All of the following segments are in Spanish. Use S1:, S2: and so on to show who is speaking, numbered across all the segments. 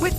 S1: With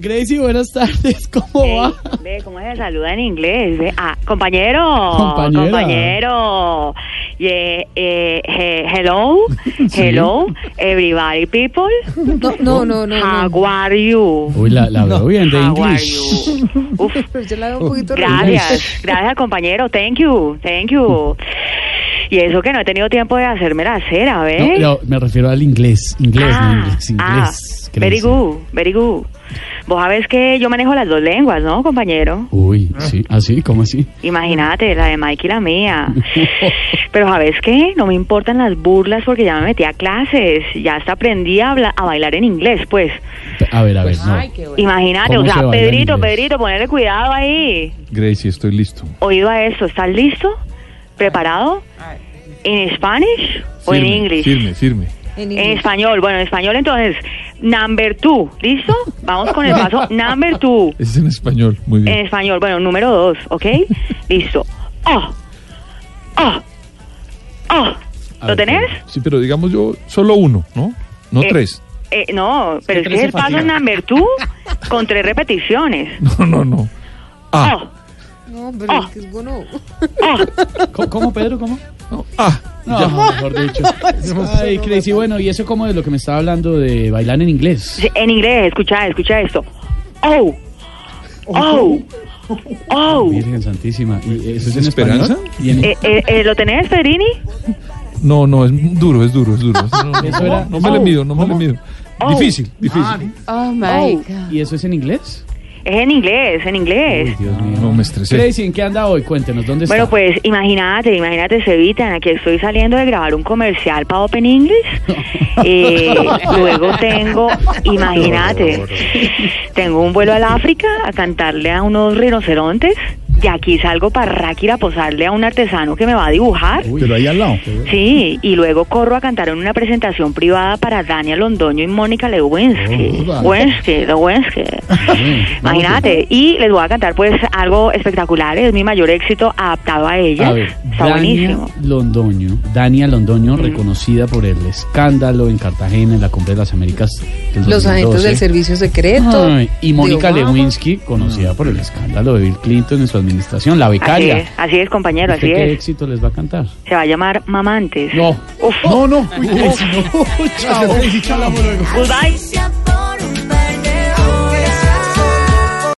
S2: Gracie, buenas tardes, ¿cómo va?
S3: Ve cómo se saluda en inglés. Ve, ah, compañero.
S2: Compañera.
S3: Compañero. Yeah, eh, he- hello. Hello. Everybody, people.
S4: No, no, no, no.
S3: How
S4: no.
S3: are you?
S2: Uy, la, la veo bien de
S3: How are
S2: inglés.
S3: you? Uf,
S4: Pero yo la veo un poquito
S3: gracias. Gracias, compañero. Thank you. Thank you. Y eso que no he tenido tiempo de hacerme la cera, ¿ves?
S2: No, no, me refiero al inglés, inglés, no inglés,
S3: ¿eh? ah,
S2: inglés.
S3: very
S2: Gracie.
S3: good, very good. Vos sabés que yo manejo las dos lenguas, ¿no, compañero?
S2: Uy, sí,
S3: Ah.
S2: así, ¿cómo así?
S3: Imagínate, la de Mike y la mía. Pero ¿sabes qué? No me importan las burlas porque ya me metí a clases, ya hasta aprendí a, habla- a bailar en inglés, pues.
S2: A ver, a ver, no.
S3: Imagínate,
S2: ¿Cómo
S3: o
S2: se
S3: sea,
S2: baila en
S3: Pedrito,
S2: inglés?
S3: Pedrito, ponele cuidado ahí.
S5: Gracie, estoy listo.
S3: Oído a esto, ¿estás listo? ¿Preparado?
S4: Ah.
S3: ¿En Spanish o en inglés?
S5: Firme, firme.
S4: En
S3: En
S4: inglés.
S3: español, bueno, en español entonces, number two, ¿listo? Vamos con el paso, number two,
S5: Ese es en español, muy
S3: en
S5: bien.
S3: español, bueno, número dos, ¿ok? Listo. Oh, oh, oh.
S5: A
S3: ¿Lo
S5: ver,
S3: tenés?
S5: pero- Sí, pero digamos yo, solo uno, ¿no? No
S3: Eh,
S5: tres.
S3: Eh, no, pero
S2: Siempre
S3: es que es
S2: se
S3: el paso
S2: fatiga.
S3: number two con tres repeticiones.
S5: No, no, no. Ah,
S3: Oh,
S4: No, pero es que es bueno.
S2: ¿Cómo, cómo, Pedro, cómo?
S5: no, ah.
S2: No, mejor dicho. Ay, Crazy, bueno, ¿y eso cómo de lo que me estaba hablando de bailar en inglés?
S3: sí, en inglés, escucha, escucha esto. Oh, oh, oh.
S2: Virgen Santísima. ¿Y eso es en
S5: ¿Esperanza?
S2: español? ¿Y en-
S3: Eh, eh, eh, ¿Lo tenés, Pedrini?
S5: No, no, es duro, es duro, es duro. Eso No,
S2: Eso
S5: no,
S2: era-
S5: no me le mido, no me le mido.
S3: Oh.
S5: Difícil,
S2: Ah,
S5: difícil.
S4: Oh my
S3: Oh.
S4: God.
S2: ¿Y eso es en inglés?
S3: Es en inglés, en inglés.
S2: Uy, Dios mío.
S5: No me estresé.
S2: Crazy, ¿en qué anda hoy? Cuéntenos, ¿dónde está?
S3: Bueno, pues imagínate, imagínate, Sevitan, aquí estoy saliendo de grabar un comercial para Open English. Eh, luego tengo, imagínate, tengo un vuelo al África a cantarle a unos rinocerontes. De aquí salgo para Ráquira a posarle a un artesano que me va a dibujar.
S2: Pero ahí al lado.
S3: Sí, y luego corro a cantar en una presentación privada para Daniel Londoño y Mónica Lewinsky.
S2: Oh,
S3: Lewinsky, Lewinsky. pues, Imagínate. Y les voy a cantar pues algo espectacular, es mi mayor éxito adaptado a ella.
S2: A ver,
S3: Está
S2: Dania
S3: buenísimo.
S2: Londoño, Dania Londoño, reconocida por el escándalo en Cartagena en la Cumbre de las Américas del
S4: Los agentes
S2: 2012.
S4: del servicio secreto.
S2: Ay, y Mónica
S4: de Obama.
S2: Lewinsky, conocida por el escándalo de Bill Clinton en su administración, la
S3: Así
S2: becaria.
S3: es, así es, compañero,
S2: ¿Usted
S3: así
S2: ¿Qué
S3: es.
S2: éxito les va a cantar?
S3: Se va a llamar Mamantes.
S2: No.
S3: Uf.
S2: No, no. Uy, Crazy, no. Chao.
S3: Goodbye.
S6: Shop